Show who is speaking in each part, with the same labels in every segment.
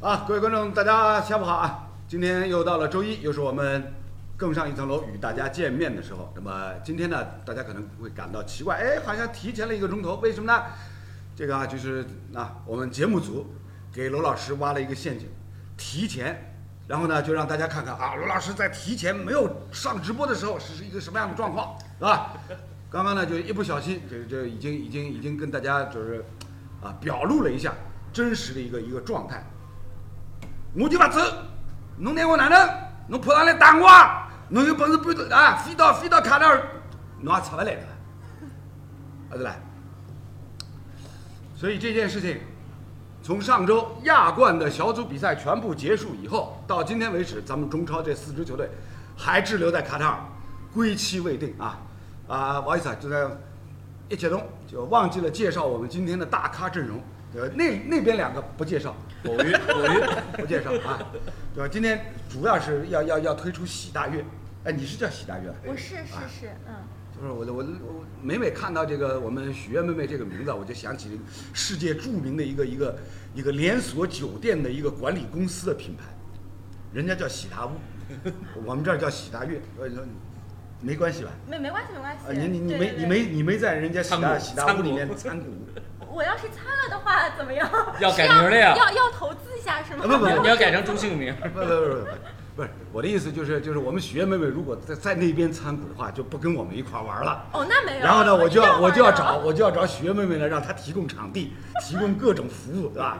Speaker 1: 啊，各位观众，大家下午好啊！今天又到了周一，又是我们更上一层楼与大家见面的时候。那么今天呢，大家可能会感到奇怪，哎，好像提前了一个钟头，为什么呢？这个啊，就是啊，我们节目组给罗老师挖了一个陷阱，提前，然后呢，就让大家看看啊，罗老师在提前没有上直播的时候是一个什么样的状况，是吧？刚刚呢，就一不小心，这这已经已经已经跟大家就是啊表露了一下真实的一个一个状态。我就勿走，侬拿我哪能？侬跑上来打我啊！侬有本事搬到啊，飞到飞到卡塔尔，侬也出勿来了，啊对啦。所以这件事情，从上周亚冠的小组比赛全部结束以后，到今天为止，咱们中超这四支球队还滞留在卡塔尔，归期未定啊！啊，不好意思啊，就在一激动就忘记了介绍我们今天的大咖阵容。呃，那那边两个不介绍，我鱼我鱼 不介绍啊，对吧？今天主要是要要要推出喜大悦，哎，你是叫喜大悦？啊
Speaker 2: 我是是是，嗯，
Speaker 1: 就是我的我的我每每看到这个我们许愿妹妹这个名字啊，我就想起世界著名的一个一个一个连锁酒店的一个管理公司的品牌，人家叫喜达屋， 我们这儿叫喜达悦，呃，没关系吧？
Speaker 2: 没没关系没关系。
Speaker 1: 啊，你你你
Speaker 2: 对
Speaker 1: 没
Speaker 2: 对
Speaker 1: 你
Speaker 2: 对
Speaker 1: 没你没在人家喜达
Speaker 3: 参股
Speaker 1: 喜达
Speaker 3: 参
Speaker 1: 屋
Speaker 3: 股
Speaker 1: 里面参股，
Speaker 2: 我要是参了的话怎么样？
Speaker 3: 要
Speaker 2: 是
Speaker 3: 改名了呀
Speaker 2: 要要投资一下是吗？
Speaker 1: 啊不不
Speaker 3: 你要你要改成中性 名，
Speaker 1: 不不不不不，不是我的意思就是就是我们许愿妹妹如果在在那边参股的话，就不跟我们一块儿玩了。
Speaker 2: 哦，那
Speaker 4: 哎
Speaker 2: 没有。
Speaker 1: 然后呢，我
Speaker 2: 我
Speaker 1: 就
Speaker 4: 啊
Speaker 1: 要我就要找
Speaker 2: 我
Speaker 1: 我就要找许愿妹妹呢，让她提供场地，提供各种服务，对吧？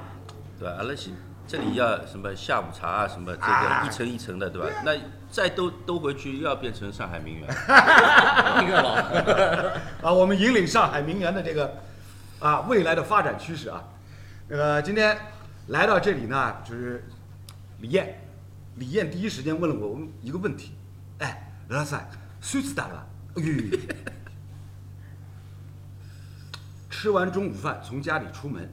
Speaker 5: 对吧？阿拉西这里要什么下午茶啊，什么这
Speaker 1: 啊
Speaker 5: 个一层一层的，对吧？那再兜兜回去，又要变成上海名 媛。
Speaker 3: 那个老
Speaker 1: 啊，我们引领上海名媛的这个啊未来的发展趋势啊。那个今天来到这里呢，就是李艳，李艳第一时间问了我一个问题，哎，刘老师，孙子大了？哎呦， 吃完中午饭从家里出门，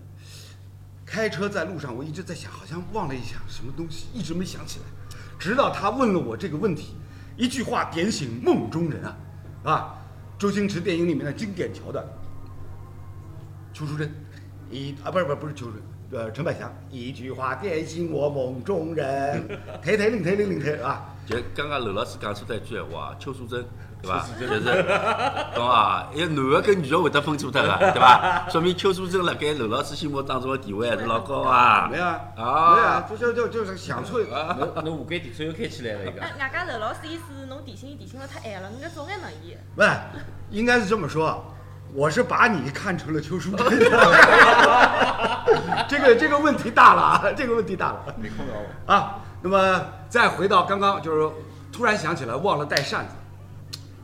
Speaker 1: 开车在路上，我一直在想，好像忘了一想什么东西，一直没想起来。直到他问了我这个问题，一句话点醒梦中人啊，啊，周星驰电影里面的经典桥段。邱淑贞，一啊不是不是不是邱淑贞，呃陈百祥，一句话点醒我梦中人， 抬抬令抬令令抬啊，
Speaker 5: 就刚刚刘老师讲出的一句闲话，邱淑贞，对吧？就是，懂伐？一个男的跟女的会得分错脱个，对伐？说明邱淑贞辣盖刘老师心目当中的地位还是老高啊
Speaker 1: 没。有啊，
Speaker 5: 啊
Speaker 1: 没有啊，就就就就是想错啊，
Speaker 3: 侬侬五官底子又开起来了一个
Speaker 2: 外，外加刘老师意思是侬提醒伊提醒了太晚了，人家总爱问伊。
Speaker 1: 不是，应该是这么说，我是把你看成了邱淑贞， 这个这个问题大了啊，这个问题大了。
Speaker 3: 没空到我。
Speaker 1: 啊，那么再回到刚刚，就是突然想起来忘了带扇子。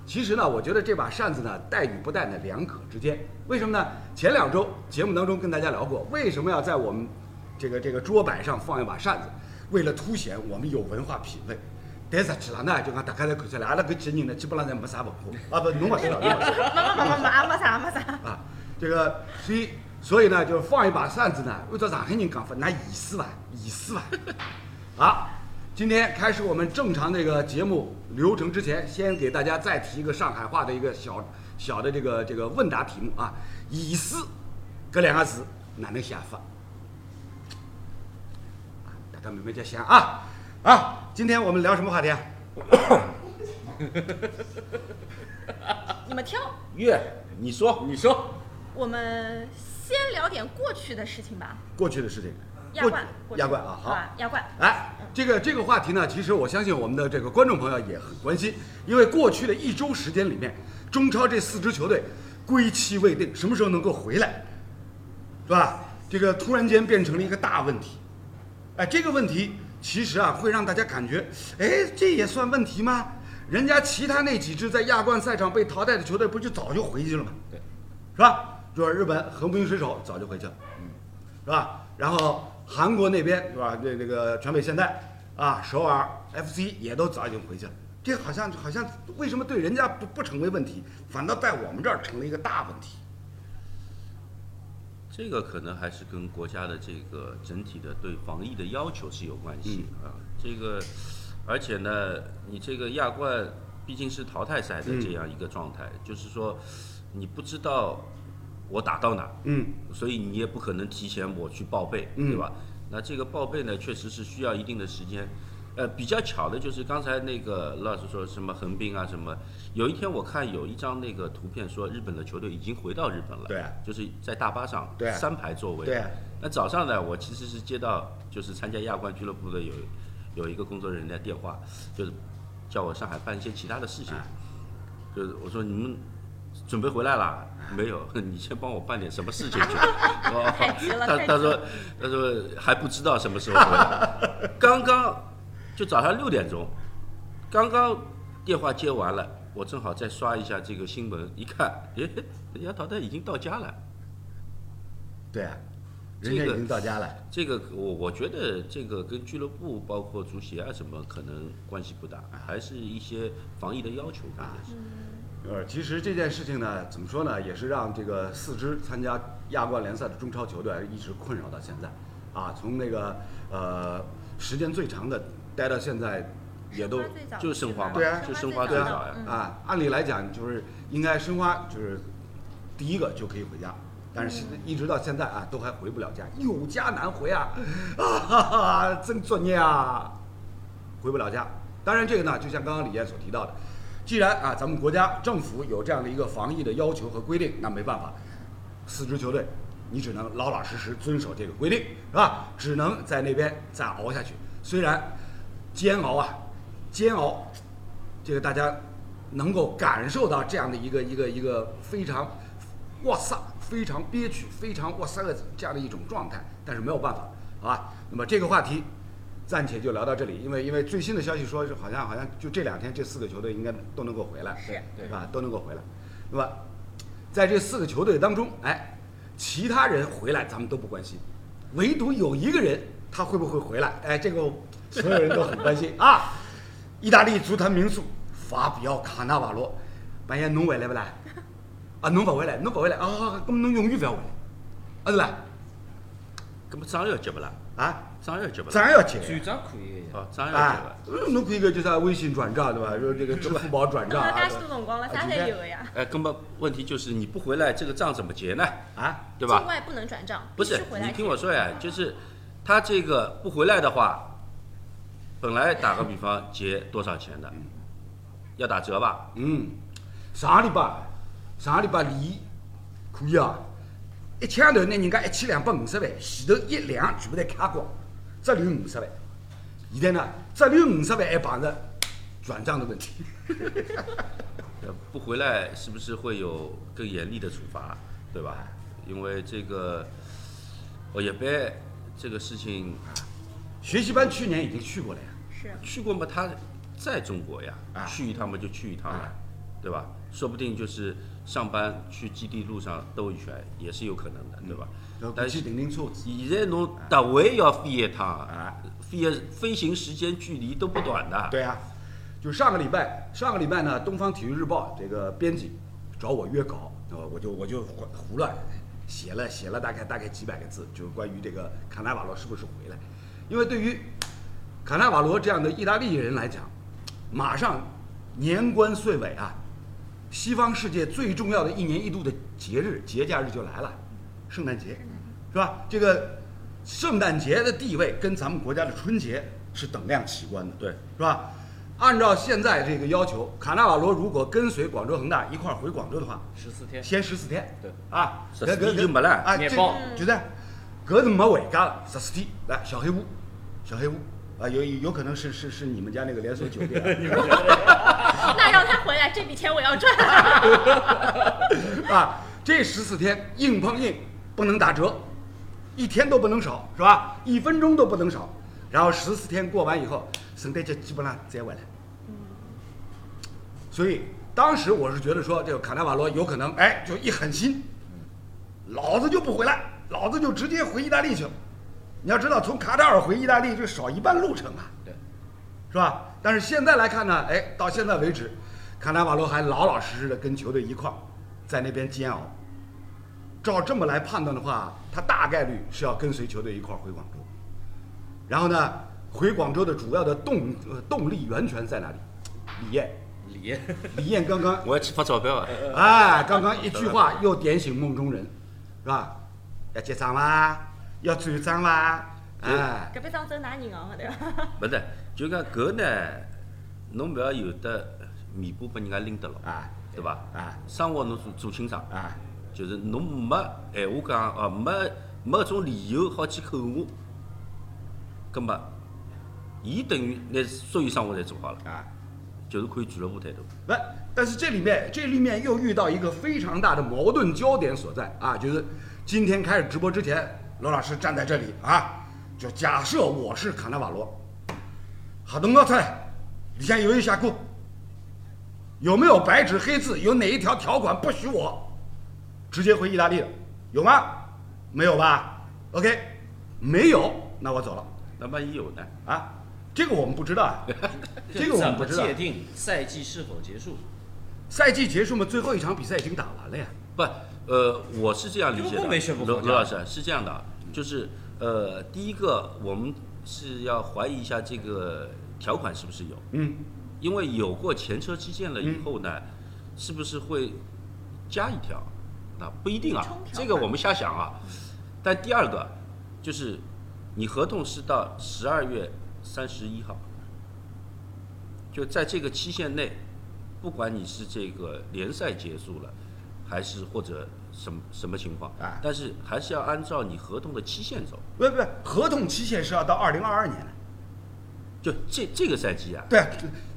Speaker 1: 其实呢，我觉得这把扇子呢，带与不带呢，两可之间。为什么呢？前两周节目当中跟大家聊过，为什么要在我们这个这个桌板上放一把扇子？为了凸显我们有文化品位。但实际上呢，就讲大家侪看出来，阿拉搿几个人呢，基本上侪没啥文化。啊不，侬勿知道，侬勿知道。
Speaker 2: 没没没没没啊没啥没啥。
Speaker 1: 啊，这个所以所以呢，就是放一把扇子呢，按照上海人讲法，那意思吧，意思吧。好，今天开始我们正常这个节目流程之前，先给大家再提一个上海话的一个小小的这个这个问答题目啊，意思，这两个字哪能写法？啊大家慢慢再想啊啊！今天我们聊什么话题啊？
Speaker 2: 你们 听，
Speaker 5: 月，你说，
Speaker 3: 你说，
Speaker 2: 我们先聊点过去的事情吧。
Speaker 1: 过去的事情。
Speaker 2: 亚冠，
Speaker 1: 过
Speaker 2: 过去
Speaker 1: 去亚冠啊，好。
Speaker 2: 吧，亚冠。
Speaker 1: 哎，这个这个话题呢，其实我相信我们的这个观众朋友也很关心，因为过去的一周时间里面，中超这四支球队归期未定，什么时候能够回来，是吧？这个突然间变成了一个大问题。哎，这个问题其实啊，会让大家感觉，哎，这也算问题吗？人家其他那几支在亚冠赛场被淘汰的球队，不就早就回去了吗？
Speaker 3: 对，
Speaker 1: 是吧？就是日本横滨水手早就回去了，是吧？然后韩国那边是吧？这这个全北现代啊，首尔 FC 也都早已经回去了。这好像好像为什么对人家不不成为问题，反倒在我们这儿成了一个大问题？
Speaker 5: 这个可能还是跟国家的这个整体的对防疫的要求是有关系、啊。这个，而且呢，你这个亚冠毕竟是淘汰赛的这样一个状态，就是说你不知道我打到哪，
Speaker 1: 嗯，
Speaker 5: 所以你也不可能提前我去报备，
Speaker 1: 嗯
Speaker 5: 对吧？那这个报备呢，确实是需要一定的时间。呃，比较巧的就是刚才那个老师说什么横滨啊什么，有一天我看有一张那个图片说日本的球队已经回到日本了，
Speaker 1: 对啊
Speaker 5: 就是在大巴上，
Speaker 1: 对啊
Speaker 5: 三排座位，
Speaker 1: 对啊
Speaker 5: 那早上呢，我其实是接到就是参加亚冠俱乐部的有有一个工作人员的电话，就是叫我上海办一些其他的事情，就是我说你们准备回来啦？没有， 你先帮我办点什么事 情去。哦
Speaker 2: 太急 了
Speaker 5: 他
Speaker 2: 太急
Speaker 5: 他说他说还不知道什么时候回来，刚刚就早上六点钟，刚刚电话接完了，我正好再刷一下这个新闻，一看，诶，人家淘汰已经到家了。
Speaker 1: 对啊，人家已
Speaker 5: 这个
Speaker 1: 经到家了。
Speaker 5: 这个我我觉得这个跟俱乐部包括足协啊什么可能关系不大，还是一些防疫的要求吧。
Speaker 1: 呃，其实这件事情呢，怎么说呢，也是让这个四支参加亚冠联赛的中超球队一直困扰到现在，啊，从那个呃时间最长的待到现在，也都
Speaker 2: 申花最早
Speaker 5: 就是申花嘛
Speaker 1: 对啊
Speaker 5: 就申
Speaker 2: 申
Speaker 5: 花
Speaker 2: 最
Speaker 1: 最
Speaker 2: 早
Speaker 5: 早
Speaker 2: 的
Speaker 5: 呀，
Speaker 2: 嗯
Speaker 1: 啊，按理来讲就是应该申花就是第一个就可以回家，但是一直到现在啊都还回不了家，有家难回啊，啊 哈哈，真作孽啊，回不了家。当然这个呢，就像刚刚李燕所提到的，既然啊咱们国家政府有这样的一个防疫的要求和规定，那没办法，四支球队，你只能老老实实遵守这个规定，是吧？只能在那边再熬下去。虽然煎熬啊，煎熬，这个大家能够感受到这样的一个一个一个非常，哇塞，非常憋屈，非常哇塞的这样的一种状态，但是没有办法，好吧？那么这个话题。暂且就聊到这里，因为因为最新的消息说是好像好像就这两天这四个球队应该都能够回来，
Speaker 2: 是
Speaker 1: 对吧？都能够回来，那么在这四个球队当中，哎，其他人回来咱们都不关心，唯独有一个人他会不会回来？哎，这个所有人都很关心啊。意大利足坛名宿法比奥·卡纳瓦罗，半夜侬回来不啦？啊，侬不回来，侬不回来啊，那么侬永远不要回来，啊对啦？
Speaker 5: 那么章要结不啦？
Speaker 1: 啊，
Speaker 5: 章要结不啦？
Speaker 1: 咱要紧。
Speaker 3: 转账可以的呀。
Speaker 5: 哦，章要结
Speaker 1: 啊
Speaker 5: 了。，
Speaker 1: 侬可以个就啥微信转账对吧？说这个支付宝转账
Speaker 2: 那
Speaker 1: 啊
Speaker 2: 介，许多辰光了，啥侪有个呀？
Speaker 5: 哎，那么问题就是你不回来，这个账怎么结呢？
Speaker 1: 啊，
Speaker 5: 对吧
Speaker 2: 境？外不能转账，
Speaker 5: 不是
Speaker 2: 必须，回
Speaker 5: 你
Speaker 2: 来
Speaker 5: 听我说呀，就是他这个不回来的话，本来打个比方结多少钱的，要打折吧？
Speaker 1: 嗯，上个礼拜，上个礼拜李可以啊，一枪头拿人家一千两百五十万，前头一两全部侪卡光，只留五十万。现在呢，只留五十万还绑着转账的问题。
Speaker 5: 呃不回来是不是会有更严厉的处罚，对吧？因为这个，我也别这个事情
Speaker 1: 学习班去年已经去过了呀，
Speaker 2: 是
Speaker 5: 去过嘛，他在中国呀，
Speaker 1: 啊
Speaker 5: 去一趟嘛就去一趟了，
Speaker 1: 啊
Speaker 5: 对吧？说不定就是上班去基地路上兜一圈也是有可能的，对吧？
Speaker 1: 要过
Speaker 5: 但
Speaker 1: 嗯去
Speaker 5: 是
Speaker 1: 停停车子。
Speaker 5: 现在侬特回要飞一趟
Speaker 1: 啊，
Speaker 5: 飞的飞行时间距离都不短的。
Speaker 1: 对啊，就上个礼拜，上个礼拜呢，《东方体育日报》这个编辑找我约稿，呃，我就我就胡胡乱写了写了大概大概几百个字，就是关于这个卡纳瓦罗是不是回来，因为对于卡纳瓦罗这样的意大利人来讲，马上年关岁尾啊，西方世界最重要的一年一度的节日节假日就来了，圣诞节，是吧？这个圣诞节的地位跟咱们国家的春节是等量齐观的，
Speaker 5: 对，
Speaker 1: 是吧？按照现在这个要求，卡纳瓦罗如果跟随广州恒大一块儿回广州的话，
Speaker 3: 十四天，
Speaker 1: 先十四天，
Speaker 3: 对
Speaker 1: 啊，
Speaker 5: 14
Speaker 1: 搿搿
Speaker 5: 就没了
Speaker 1: 啊，
Speaker 3: 廿
Speaker 1: 这
Speaker 3: 八
Speaker 1: 就这样，搿是没回家了，十四天，来小黑屋，小黑屋。啊，有有可能是是是你们家那个连锁酒店啊，
Speaker 2: 那让他回来，这笔钱我要赚。
Speaker 1: 啊，这十四天硬碰硬，不能打折，一天都不能少，是吧？一分钟都不能少。然后十四天过完以后，圣诞节基本上再回来。所以当时我是觉得说，这个卡纳瓦罗有可能，哎，就一狠心，老子就不回来，老子就直接回意大利去。你要知道，从卡塔尔回意大利就少一半路程啊。
Speaker 3: 对，
Speaker 1: 是吧？但是现在来看呢，哎，到现在为止，卡纳瓦罗还老老实实的跟球队一块儿在那边煎熬。照这么来判断的话，他大概率是要跟随球队一块儿回广州。然后呢，回广州的主要的动呃动力源泉在哪里？李艳，
Speaker 3: 李，
Speaker 1: 李艳刚刚
Speaker 5: 我要去发钞票啊！
Speaker 1: 哎，刚刚一句话又点醒梦中人，是吧？要结账啦，要转账啦，哎，
Speaker 2: 搿笔账走㑚银行个啊对伐？
Speaker 5: 勿是，就讲搿呢，侬勿要有得弥补拨人家拎得牢，
Speaker 1: 哎，
Speaker 5: 对伐？
Speaker 1: 哎，
Speaker 5: 生活侬做做清爽，
Speaker 1: 哎，
Speaker 5: 就是侬没闲话讲啊，没没种理由好去扣我，葛末，伊等于拿所有生活侪做好了，
Speaker 3: 啊
Speaker 1: 哎。
Speaker 5: 就是看俱乐部态度。
Speaker 1: 不，但是这里面这里面又遇到一个非常大的矛盾焦点所在啊，就是今天开始直播之前，罗老师站在这里啊，就假设我是卡纳瓦罗，好的，我出来，你先犹豫一下过，有没有白纸黑字，有哪一条条款不许我直接回意大利了？有吗？没有吧？OK，没有，那我走了
Speaker 5: 那万一有呢？
Speaker 1: 啊，这个我们不知道啊， 这个我
Speaker 3: 怎
Speaker 1: 们
Speaker 3: 么
Speaker 1: 不知道啊
Speaker 3: 界。定赛季是否结束？
Speaker 1: 赛季结束嘛，最后一场比赛已经打完了呀。
Speaker 5: 不，呃，我是这样理解
Speaker 3: 俱乐部没宣
Speaker 5: 的，
Speaker 3: 布
Speaker 5: 罗
Speaker 3: 放假
Speaker 5: 罗老师是这样的啊，
Speaker 3: 嗯
Speaker 5: 就是呃，第一个我们是要怀疑一下这个条款是不是有，
Speaker 1: 嗯，
Speaker 5: 因为有过前车之鉴了以后呢，是不是会加一条？那不一定啊
Speaker 2: 补充，条
Speaker 5: 这
Speaker 2: 款嗯
Speaker 5: 个我们瞎想啊。但第二个就是你合同是到十二月三十一号，就在这个期限内，不管你是这个联赛结束了，还是或者什么什么情况
Speaker 1: 哎，
Speaker 5: 但是还是要按照你合同的期限走。
Speaker 1: 不不，合同期限是要到二零二二年的。
Speaker 5: 就这这个赛季啊，
Speaker 1: 对，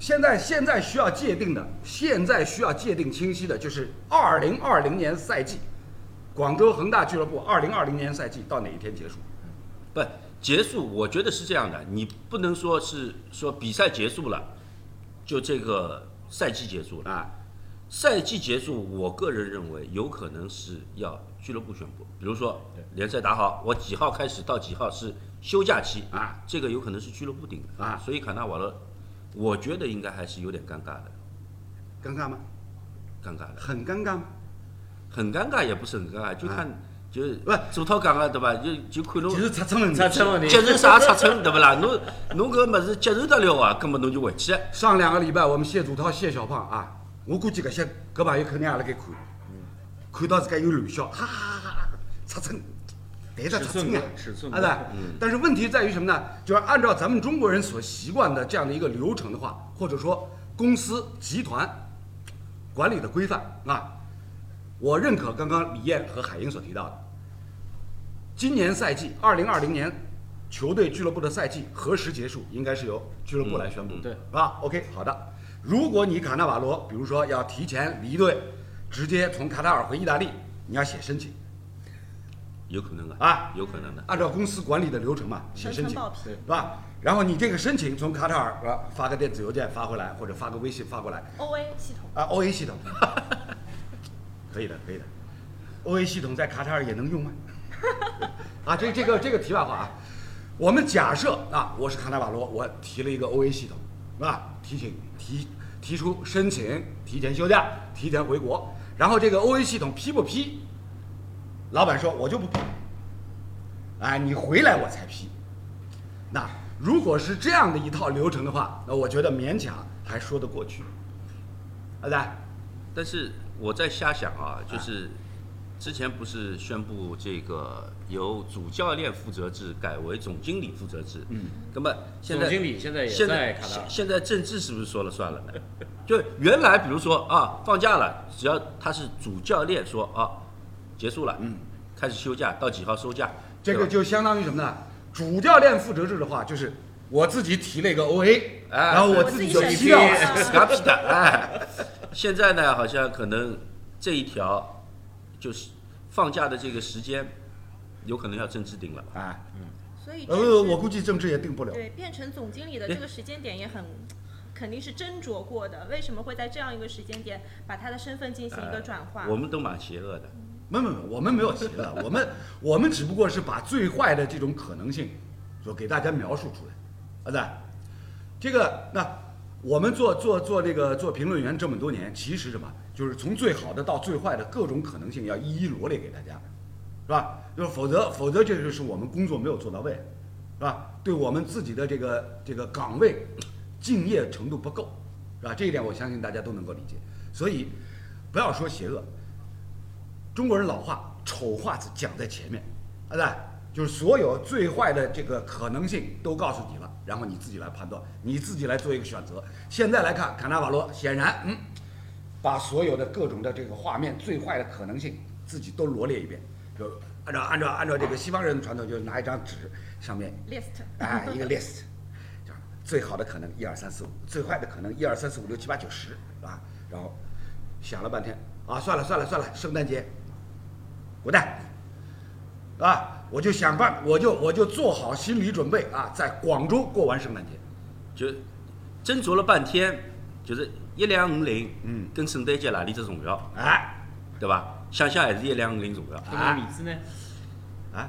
Speaker 1: 现在现在需要界定的，现在需要界定清晰的就是二零二零年赛季，广州恒大俱乐部二零二零年赛季到哪一天结束？
Speaker 5: 不结束，我觉得是这样的，你不能说是说比赛结束了，就这个赛季结束了。
Speaker 1: 啊，
Speaker 5: 赛季结束，我个人认为有可能是要俱乐部宣布，比如说联赛打好，我几号开始到几号是休假期
Speaker 1: 啊，
Speaker 5: 这个有可能是俱乐部定的
Speaker 1: 啊
Speaker 5: 所以卡纳瓦罗，我觉得应该还是有点尴尬的，
Speaker 1: 尴尬吗？
Speaker 5: 尴尬的，
Speaker 1: 很尴尬吗？
Speaker 5: 很尴尬也不是很尴尬，就看、就
Speaker 1: 啊不
Speaker 5: 左头讲个啊对吧？就就看侬
Speaker 1: 其实出成问题
Speaker 3: 出，成问题
Speaker 5: 接受啥尺寸对不啦？ 侬侬搿物事接受得了啊，葛末侬就回去。
Speaker 1: 上两个礼拜我们谢祖涛、谢小胖啊，我估计搿些搿朋友肯定也辣盖看，看到自家有乱笑，哈哈哈哈，尺寸，对着尺寸啊，
Speaker 3: 尺寸
Speaker 1: 啊
Speaker 3: 高
Speaker 1: 对吧。但是问题在于什么呢？就是按照咱们中国人所习惯的这样的一个流程的话，或者说公司集团管理的规范啊，我认可刚刚李艳和海英所提到的，今年赛季二零二零年球队俱乐部的赛季何时结束，应该是由俱乐部来宣布，
Speaker 5: 嗯
Speaker 3: 对
Speaker 1: 是吧？OK，好的。如果你卡纳瓦罗，比如说要提前离队，直接从卡塔尔回意大利，你要写申请，
Speaker 5: 有可能啊，
Speaker 1: 啊
Speaker 5: 有可能的。
Speaker 1: 按照公司管理的流程嘛，写
Speaker 2: 生
Speaker 1: 申
Speaker 2: 存
Speaker 1: 请，
Speaker 2: 报批
Speaker 1: 是吧？然后你这个申请从卡塔尔是吧发个电子邮件发回来，或者发个微信发过来，
Speaker 2: ，OA 系统。
Speaker 1: 啊，OA 系统， 可以的，可以的。OA 系统在卡塔尔也能用吗？啊，这这个这个题外话啊，我们假设啊，我是卡纳瓦罗，我提了一个 OA 系统，是吧？提醒提提出申请，提前休假，提前回国，然后这个 OA 系统批不批？老板说，我就不批。哎，你回来我才批。那如果是这样的一套流程的话，那我觉得勉强还说得过去。儿子，
Speaker 5: 但是我在瞎想啊，就是之前不是宣布这个由主教练负责制改为总经理负责制，嗯，那么现在
Speaker 3: 总经理现在也
Speaker 5: 现
Speaker 3: 在
Speaker 5: 在
Speaker 3: 卡塔尔
Speaker 5: 现在政治是不是说了算了呢？ 就原来比如说啊，放假了，只要他是主教练说啊，结束了，嗯，开始休假到几号收假，
Speaker 1: 这个
Speaker 5: 对吧
Speaker 1: 就相当于什么呢？主教练负责制的话，就是我自己提了一个 OA，、
Speaker 5: 哎
Speaker 1: 然后我
Speaker 2: 我
Speaker 1: 自
Speaker 2: 自
Speaker 1: 己
Speaker 2: 己
Speaker 1: 就
Speaker 2: 审
Speaker 1: 批
Speaker 2: 批
Speaker 1: 掉了。
Speaker 2: 啊
Speaker 5: Scrappy 的，哎，现在呢，好像可能这一条就是放假的这个时间，有可能要政治定了。
Speaker 1: 哎，
Speaker 2: 所以
Speaker 1: 呃，我估计政治也定不了。
Speaker 2: 对变成总经理的这个时间点也很。肯定是斟酌过的，为什么会在这样一个时间点把他的身份进行一个转化？
Speaker 5: 哎我们都蛮邪恶的，
Speaker 1: 没没没，我们没有提了， 我们我们只不过是把最坏的这种可能性，就给大家描述出来，儿子，这个那我们做做做这个做评论员这么多年，其实什么，就是从最好的到最坏的各种可能性要一一罗列给大家，是吧？就是否则否则这就是我们工作没有做到位，是吧？对我们自己的这个这个岗位敬业程度不够，是吧？这一点我相信大家都能够理解，所以不要说邪恶，中国人老话，丑话讲在前面，啊对，就是所有最坏的这个可能性都告诉你了，然后你自己来判断，你自己来做一个选择。现在来看，卡纳瓦罗显然，嗯，把所有的各种的这个画面最坏的可能性自己都罗列一遍，就按照按照按照这个西方人的传统，就是拿一张纸，上面
Speaker 2: list，
Speaker 1: 哎一个 list，这样最好的可能一二三四五，最坏的可能一二三四五六七八九十，是吧？然后想了半天，啊，算了算了算了，圣诞节，滚蛋，啊，我就想办，我就我就做好心理准备啊，在广州过完圣诞节，
Speaker 5: 就斟酌了半天，就是一两五零，
Speaker 1: 嗯
Speaker 5: 跟圣诞节哪里只重要，
Speaker 1: 哎，
Speaker 5: 对伐？想想还是一两五零重要，
Speaker 3: 那么米字呢？
Speaker 1: 哎，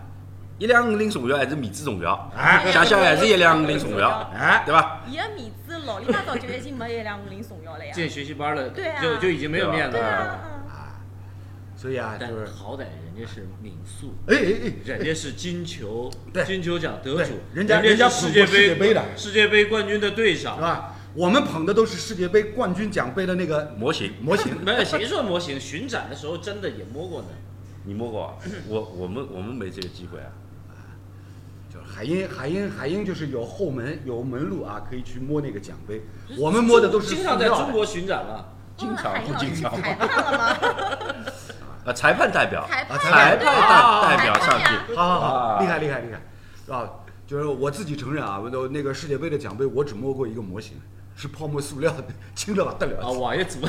Speaker 5: 一两五零重要还是面子重要？
Speaker 1: 哎，
Speaker 5: 想想还是一两五零重要，
Speaker 1: 哎，
Speaker 5: 对伐？
Speaker 2: 伊个面子老里大早就已经没一两五零重要了呀。
Speaker 3: 建学习班了，
Speaker 2: 对啊
Speaker 3: 就就已经没有面子
Speaker 2: 对
Speaker 3: 了。
Speaker 2: 啊，
Speaker 1: 所以啊，就
Speaker 3: 但
Speaker 1: 是，
Speaker 3: 好歹人家是民宿，
Speaker 1: 哎哎哎，
Speaker 3: 人家是金球
Speaker 1: 对
Speaker 3: 金球奖得主
Speaker 1: 对，人家人家
Speaker 3: 家
Speaker 1: 捧
Speaker 3: 是
Speaker 1: 过
Speaker 3: 世界
Speaker 1: 世界杯的啊
Speaker 3: 世界杯冠军的队
Speaker 1: 是
Speaker 3: 长。
Speaker 1: 吧？我们捧的都是世界杯冠军奖杯的那个
Speaker 5: 模型
Speaker 1: 模型，
Speaker 3: 没有谁说模型巡展的时候真的也摸过呢？
Speaker 5: 你摸过啊？我我们我们没这个机会啊。
Speaker 1: 就是海鹰，海鹰，海鹰就是有后门，有门路啊，可以去摸那个奖杯。我们摸的都是
Speaker 3: 经
Speaker 1: 塑
Speaker 3: 常
Speaker 1: 料
Speaker 3: 在
Speaker 1: 的
Speaker 3: 中国巡展了。
Speaker 5: 经常不经常
Speaker 2: 忘了海老师裁判了吗？
Speaker 5: 啊，裁判代表，
Speaker 2: 裁判
Speaker 5: 啊裁判
Speaker 2: 对
Speaker 5: 代代表
Speaker 2: 裁判
Speaker 5: 上
Speaker 2: 呀
Speaker 5: 去，
Speaker 1: 好好好，
Speaker 5: 啊
Speaker 1: 厉害厉害厉害，是吧？就是我自己承认啊，我都那个世界杯的奖杯，我只摸过一个模型，是泡沫塑料的， 轻的不得
Speaker 3: 啊，
Speaker 1: 了。
Speaker 3: 网页组，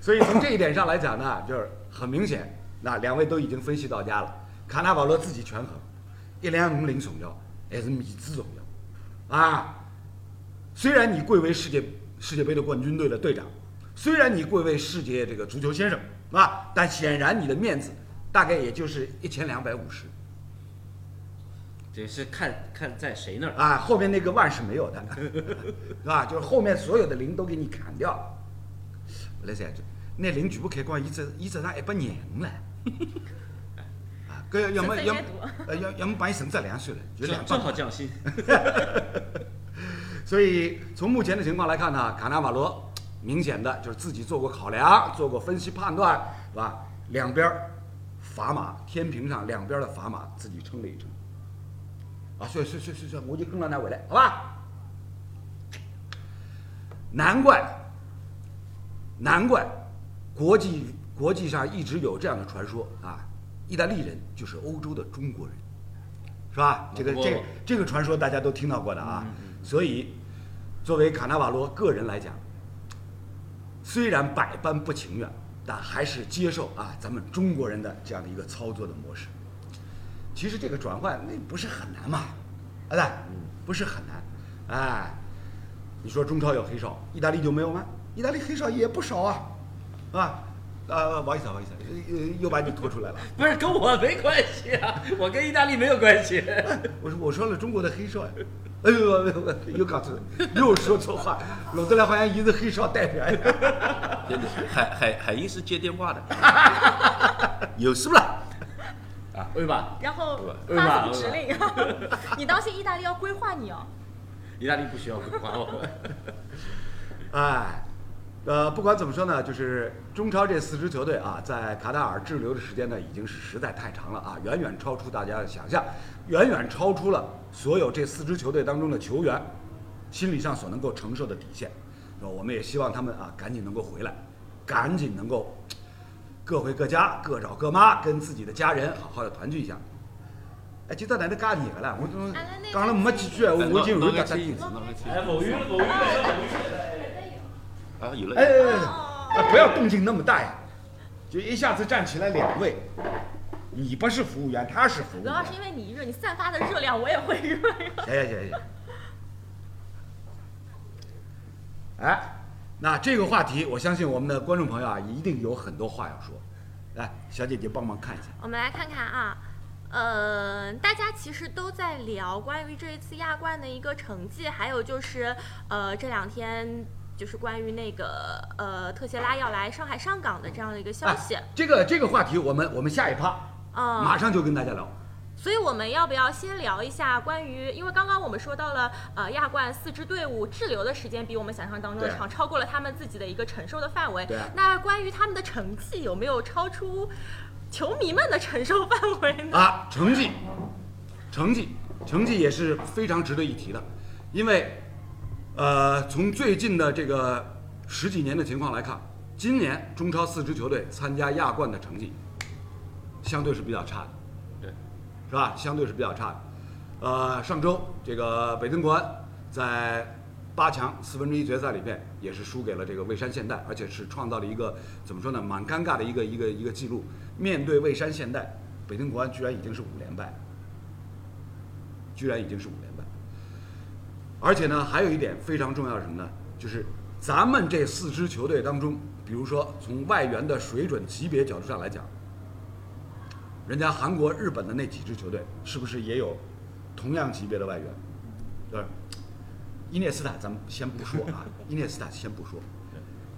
Speaker 1: 所以从这一点上来讲呢，就是很明显，那两位都已经分析到家了。卡纳瓦罗自己权衡，一两五零重要还是米字重要啊？虽然你贵为世界世界杯的冠军队的队长，虽然你贵为世界这个足球先生啊，但显然你的面子大概也就是一千两百五十
Speaker 3: 这是看看在谁那儿。
Speaker 1: 啊，后面那个万是没有的， 是吧？就是后面所有的零都给你砍掉。后来才知，那零全部开光，伊只伊只剩一百廿五了。啊，搿要要么要么呃要要么帮伊乘只两算了，就两百
Speaker 3: 正正。好降薪，
Speaker 1: 所以从目前的情况来看呢，卡纳瓦罗明显的就是自己做过考量，做过分析判断，是吧？两边儿砝码天平上两边儿的砝码自己称了一称。啊，算算算算算，我就跟了那回来，好吧？难怪，难怪，国际国际上一直有这样的传说啊，意大利人就是欧洲的中国人，是吧？这个
Speaker 3: 不
Speaker 1: 这个这个传说大家都听到过的啊。所以，作为卡纳瓦罗个人来讲，虽然百般不情愿，但还是接受啊咱们中国人的这样的一个操作的模式。其实这个转换那不是很难嘛，啊对，不是很难，哎，你说中超有黑哨，意大利就没有吗？意大利黑哨也不少啊，啊，呃，不好意思啊，不好意思啊，呃又把你拖出来了。
Speaker 3: 不是跟我没关系啊， 我跟意大利没有关系。
Speaker 1: 我说我说了中国的黑哨呀，哎呦，我我我又搞错了，又说错话，老德来好像一个黑哨代表一样。
Speaker 5: 真的海海海英是接电话的，有事不啦？
Speaker 1: 啊
Speaker 3: 对吧？
Speaker 2: 然后
Speaker 3: 对
Speaker 2: 发送
Speaker 3: 吧
Speaker 2: 指令， 你当心意大利要规划你哦。
Speaker 3: 意大利不需要规划 我。
Speaker 1: 哎，呃，不管怎么说呢，就是中超这四支球队啊，在卡塔尔滞留的时间呢，已经是实在太长了啊，远远超出大家的想象，远远超出了所有这四支球队当中的球员心理上所能够承受的底线。那我们也希望他们啊，赶紧能够回来，赶紧能够各回各家，各找各妈，跟自己的家人好好的团聚一下。哎，今朝哪能介热了？我怎么讲了没几句闲话，我已经
Speaker 5: 弄
Speaker 1: 流
Speaker 5: 个
Speaker 1: 眼
Speaker 5: 牵
Speaker 1: 泪
Speaker 5: 引
Speaker 1: 了
Speaker 5: 子，弄个牵
Speaker 3: 哎，某鱼了，某鱼
Speaker 5: 啊，有
Speaker 1: 哎
Speaker 5: 了，
Speaker 1: 哎哎，
Speaker 4: 哦
Speaker 1: 啊，不要动静那么大呀，就一下子站起来两位，你不是服务员，他是服务
Speaker 2: 主
Speaker 1: 员。
Speaker 2: 要是因为你热，你散发的热量我也会热呀。
Speaker 1: 行行行行。哎，那这个话题，我相信我们的观众朋友啊，一定有很多话要说。来，小姐姐帮忙看一下。
Speaker 4: 我们来看看啊，呃，大家其实都在聊关于这一次亚冠的一个成绩，还有就是呃这两天就是关于那个呃特谢拉要来上海上港的这样的一个消息
Speaker 5: 啊
Speaker 1: 哎，这个这个话题，我们我们下一趴
Speaker 4: 嗯，
Speaker 1: 马上就跟大家聊。
Speaker 4: 所以我们要不要先聊一下关于，因为刚刚我们说到了，呃，亚冠四支队伍滞留的时间比我们想象当中的
Speaker 1: 对
Speaker 4: 长，超过了他们自己的一个承受的范围
Speaker 1: 对啊。
Speaker 4: 那关于他们的成绩有没有超出球迷们的承受范围呢？
Speaker 1: 啊，成绩，成绩，成绩也是非常值得一提的，因为，呃，从最近的这个十几年的情况来看，今年中超四支球队参加亚冠的成绩，相对是比较差的，
Speaker 5: 对，
Speaker 1: 是吧？相对是比较差的。呃，上周这个北京国安在八强四分之一决赛里面也是输给了这个蔚山现代，而且是创造了一个怎么说呢，蛮尴尬的一个一个一个记录。面对蔚山现代，北京国安居然已经是五连败，居然已经是五连败。而且呢，还有一点非常重要是什么呢？就是咱们这四支球队当中，比如说从外援的水准级别角度上来讲，人家韩国、日本的那几支球队是不是也有同样级别的外援？对，伊涅斯塔咱们先不说啊，伊涅斯塔先不说，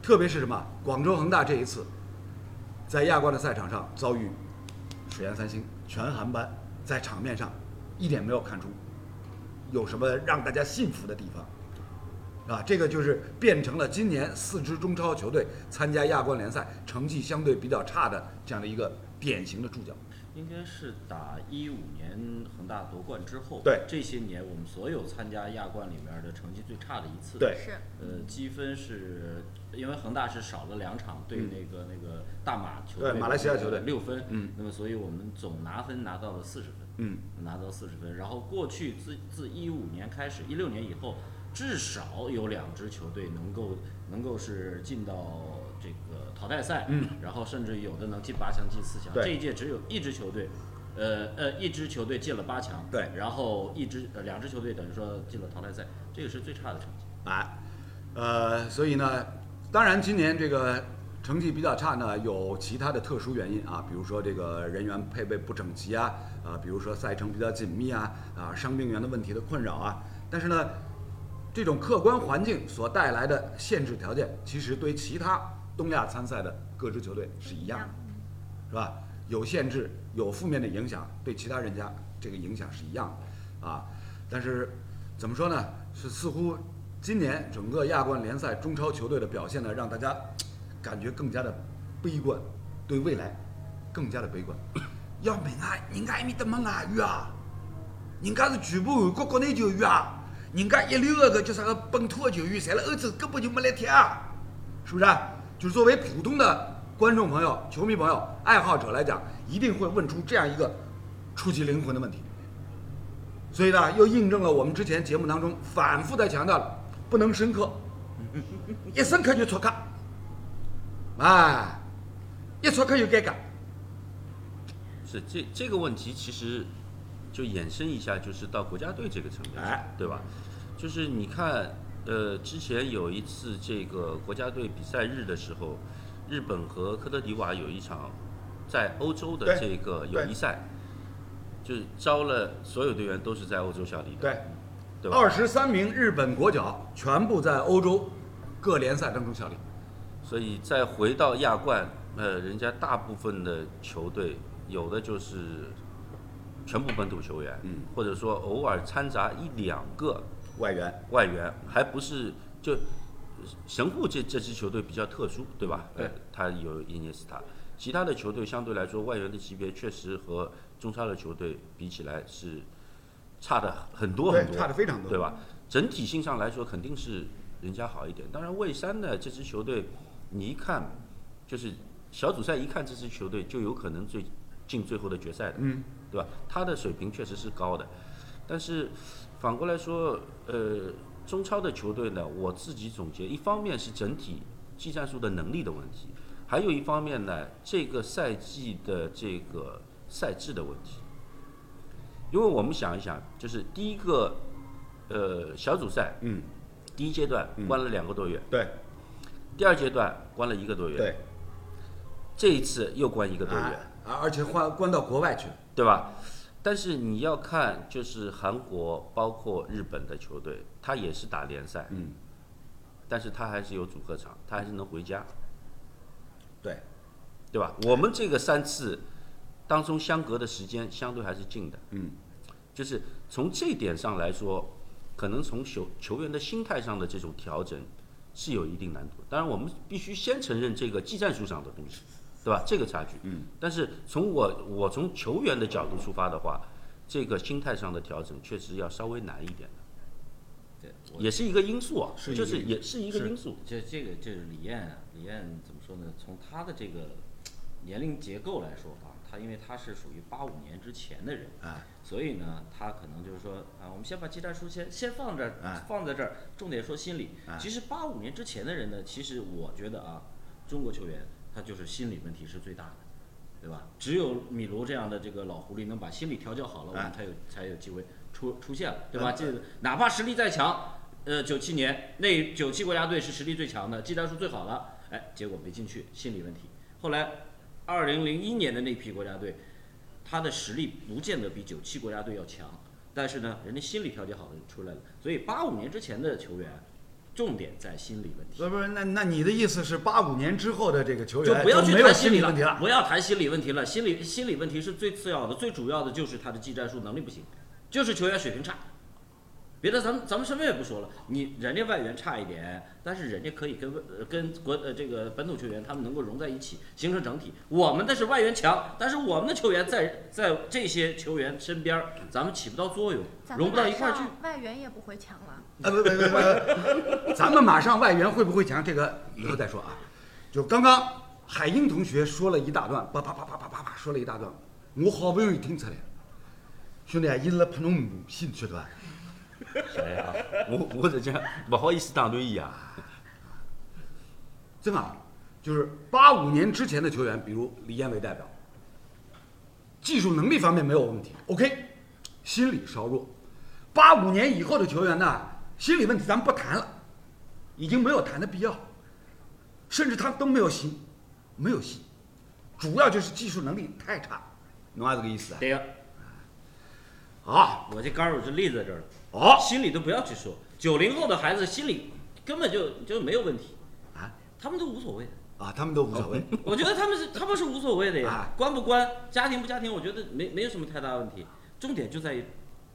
Speaker 1: 特别是什么广州恒大这一次，在亚冠的赛场上遭遇水淹三星，全韩班在场面上一点没有看出有什么让大家信服的地方。啊，这个就是变成了今年四支中超球队参加亚冠联赛成绩相对比较差的这样的一个典型的注脚。
Speaker 3: 应该是打一五年恒大夺冠之后，
Speaker 1: 对
Speaker 3: 这些年我们所有参加亚冠里面的成绩最差的一次，
Speaker 1: 对
Speaker 4: 是，
Speaker 3: 呃，积分是因为恒大是少了两场对
Speaker 1: 嗯
Speaker 3: 那个、那个大马球队，
Speaker 1: 对马来西亚球队
Speaker 3: 六分，
Speaker 1: 嗯，
Speaker 3: 那么所以我们总拿分拿到了四十分，
Speaker 1: 嗯，
Speaker 3: 拿到四十分，然后过去自自一五年开始，一六年以后，至少有两支球队能够能够是进到这个淘汰赛，
Speaker 1: 嗯，
Speaker 3: 然后甚至有的能进八强、进四强。
Speaker 1: 对
Speaker 3: 这一届只有一支球队，呃呃，一支球队进了八强，
Speaker 1: 对
Speaker 3: 然后一支呃两支球队等于说进了淘汰赛，这个是最差的成绩。
Speaker 1: 哎，呃，所以呢，当然今年这个成绩比较差呢，有其他的特殊原因啊，比如说这个人员配备不整齐啊，啊，比如说赛程比较紧密啊，啊，伤病员的问题的困扰啊，但是呢，这种客观环境所带来的限制条件，其实对其他东亚参赛的各支球队是一样的。是吧？有限制，有负面的影响，对其他人家这个影响是一样的，啊，但是怎么说呢？是似乎今年整个亚冠联赛中超球队的表现呢，让大家感觉更加的悲观，对未来更加的悲观。要明白，人家还没得么外援啊，人家是全部韩国国内球员啊，人家一流的个叫啥个本土的球员，侪辣欧洲根本就没来踢啊，是不是啊？就是作为普通的观众朋友、球迷朋友、爱好者来讲，一定会问出这样一个触及灵魂的问题。所以呢，又印证了我们之前节目当中反复在强调的，不能深 刻，一深刻就出格，哎，一出格就尴尬。
Speaker 5: 是这这个问题其实就延伸一下，就是到国家队这个层面上，
Speaker 1: 哎
Speaker 5: 对吧？就是你看，呃，之前有一次这个国家队比赛日的时候，日本和科特迪瓦有一场在欧洲的
Speaker 1: 对
Speaker 5: 这个友谊赛，就是招了所有队员都是在欧洲效力的，
Speaker 1: 对，
Speaker 5: 对吧？
Speaker 1: 二十三名日本国脚全部在欧洲各联赛当中效力。
Speaker 5: 所以再回到亚冠，呃，人家大部分的球队有的就是全部本土球员，
Speaker 1: 嗯，
Speaker 5: 或者说偶尔掺杂一两个
Speaker 1: 外援，
Speaker 5: 外援，还不是就神户这这支球队比较特殊，对吧？
Speaker 1: 对
Speaker 5: 呃，他有伊涅斯塔，其他的球队相对来说外援的级别确实和中超的球队比起来是差的很多很
Speaker 1: 对，
Speaker 5: 多，
Speaker 1: 差的非常多，
Speaker 5: 对？吧？整体性上来说，肯定是人家好一点。当然，蔚山呢这支球队，你一看就是小组赛一看这支球队就有可能最进最后的决赛的，
Speaker 1: 嗯，
Speaker 5: 对吧？他的水平确实是高的，但是反过来说，呃，中超的球队呢，我自己总结，一方面是整体技战术的能力的问题，还有一方面呢，这个赛季的这个赛制的问题。因为我们想一想，就是第一个，呃，小组赛
Speaker 1: 嗯，
Speaker 5: 第一阶段
Speaker 1: 嗯
Speaker 5: 关了两个多月，
Speaker 1: 对
Speaker 5: 第二阶段关了一个多月，
Speaker 1: 对，
Speaker 5: 这一次又关一个多月，
Speaker 1: 啊，啊而且换关到国外去了，
Speaker 5: 对吧？但是你要看，就是韩国包括日本的球队，他也是打联赛，
Speaker 1: 嗯，
Speaker 5: 但是他还是有组合场，他还是能回家，
Speaker 1: 对，
Speaker 5: 对吧？我们这个三次当中相隔的时间相对还是近的，
Speaker 1: 嗯，
Speaker 5: 就是从这点上来说，可能从球球员的心态上的这种调整是有一定难度。当然，我们必须先承认这个技战术上的东西，对吧？这个差距。
Speaker 1: 嗯。
Speaker 5: 但是从我我从球员的角度出发的话，这个心态上的调整确实要稍微难一点的，
Speaker 3: 对，我
Speaker 5: 也是一个因素啊，
Speaker 1: 是一个
Speaker 5: 就是
Speaker 1: 因素
Speaker 5: 也是一个
Speaker 3: 是
Speaker 5: 因素。
Speaker 3: 这这个就是李艳啊，李艳怎么说呢？从她的这个年龄结构来说啊，她因为她是属于八五年之前的人，
Speaker 1: 啊，
Speaker 3: 所以呢，他可能就是说啊，我们先把技战术先先放这儿，
Speaker 1: 哎
Speaker 3: 放在这儿，重点说心理。
Speaker 1: 哎
Speaker 3: 其实八五年之前的人呢，其实我觉得啊，中国球员他就是心理问题是最大的，对吧？只有米卢这样的这个老狐狸能把心理调教好了，我
Speaker 1: 哎
Speaker 3: 们才有才有机会出出现了，对吧？
Speaker 1: 哎
Speaker 3: 这哪怕实力再强，呃，九七年那九七国家队是实力最强的，技战术最好了，哎，结果没进去，心理问题。后来二零零一年的那批国家队，他的实力不见得比九七国家队要强，但是呢，人家心理调节好了就出来了。所以八五年之前的球员，重点在心理问题，
Speaker 1: 不是，那那你的意思是八五年之后的这个球
Speaker 3: 就
Speaker 1: 员
Speaker 3: 不要去
Speaker 1: 哎没有
Speaker 3: 谈
Speaker 1: 心
Speaker 3: 理
Speaker 1: 问题了？
Speaker 3: 不要谈心理问题了，心理心理问题是最次要的，最主要的就是他的技战术能力不行，就是球员水平差。别的咱们咱们什么也不说了，你人家外援差一点，但是人家可以跟外呃跟国呃这个本土球员他们能够融在一起，形成整体。我们的是外援强，但是我们的球员在在这些球员身边儿，咱们起不到作用，融不到一块儿去。，
Speaker 6: 外援也不会强了。
Speaker 1: 啊，不不不不， 咱们马上外援会不会强？这个以后再说啊。就刚刚海英同学说了一大段，叭叭叭叭叭叭叭说了一大段，我好不容易听出来了。兄弟，啊伊拉拍侬母性阶段，
Speaker 5: 哎呀，我我只讲不好意思打断伊啊，
Speaker 1: 真的啊，就是八五年之前的球员，比如李艳为代表，技术能力方面没有问题，OK，心理稍弱。八五年以后的球员呢，心理问题咱们不谈了，已经没有谈的必要，甚至他都没有心，没有心，主要就是技术能力太差，侬啊这个意思啊？
Speaker 3: 对呀、
Speaker 1: 啊，
Speaker 3: 我这杆儿我就立在这儿了。
Speaker 1: 好
Speaker 3: 心里都不要去说。九零后的孩子心里根本就就没有问题，
Speaker 1: 啊
Speaker 3: 他们都无所谓。
Speaker 1: 啊，他们都无所谓。
Speaker 3: 我觉得他们是他们是无所谓的呀
Speaker 1: 啊，
Speaker 3: 关不关，家庭不家庭，我觉得没没有什么太大问题。重点就在于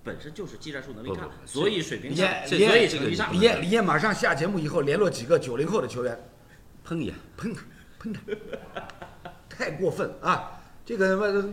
Speaker 3: 本身就是技战术能力差
Speaker 5: 不不，不
Speaker 3: 所以水平
Speaker 1: 李
Speaker 3: 差，
Speaker 1: 艳，
Speaker 3: 所
Speaker 1: 李
Speaker 3: 以所以
Speaker 1: 艳，
Speaker 3: 成绩差
Speaker 1: 李。艳，李艳马上下节目以后联络几个九零后的球员，
Speaker 5: 喷 伊啊。
Speaker 1: 喷他，喷他，太过分啊！这个呃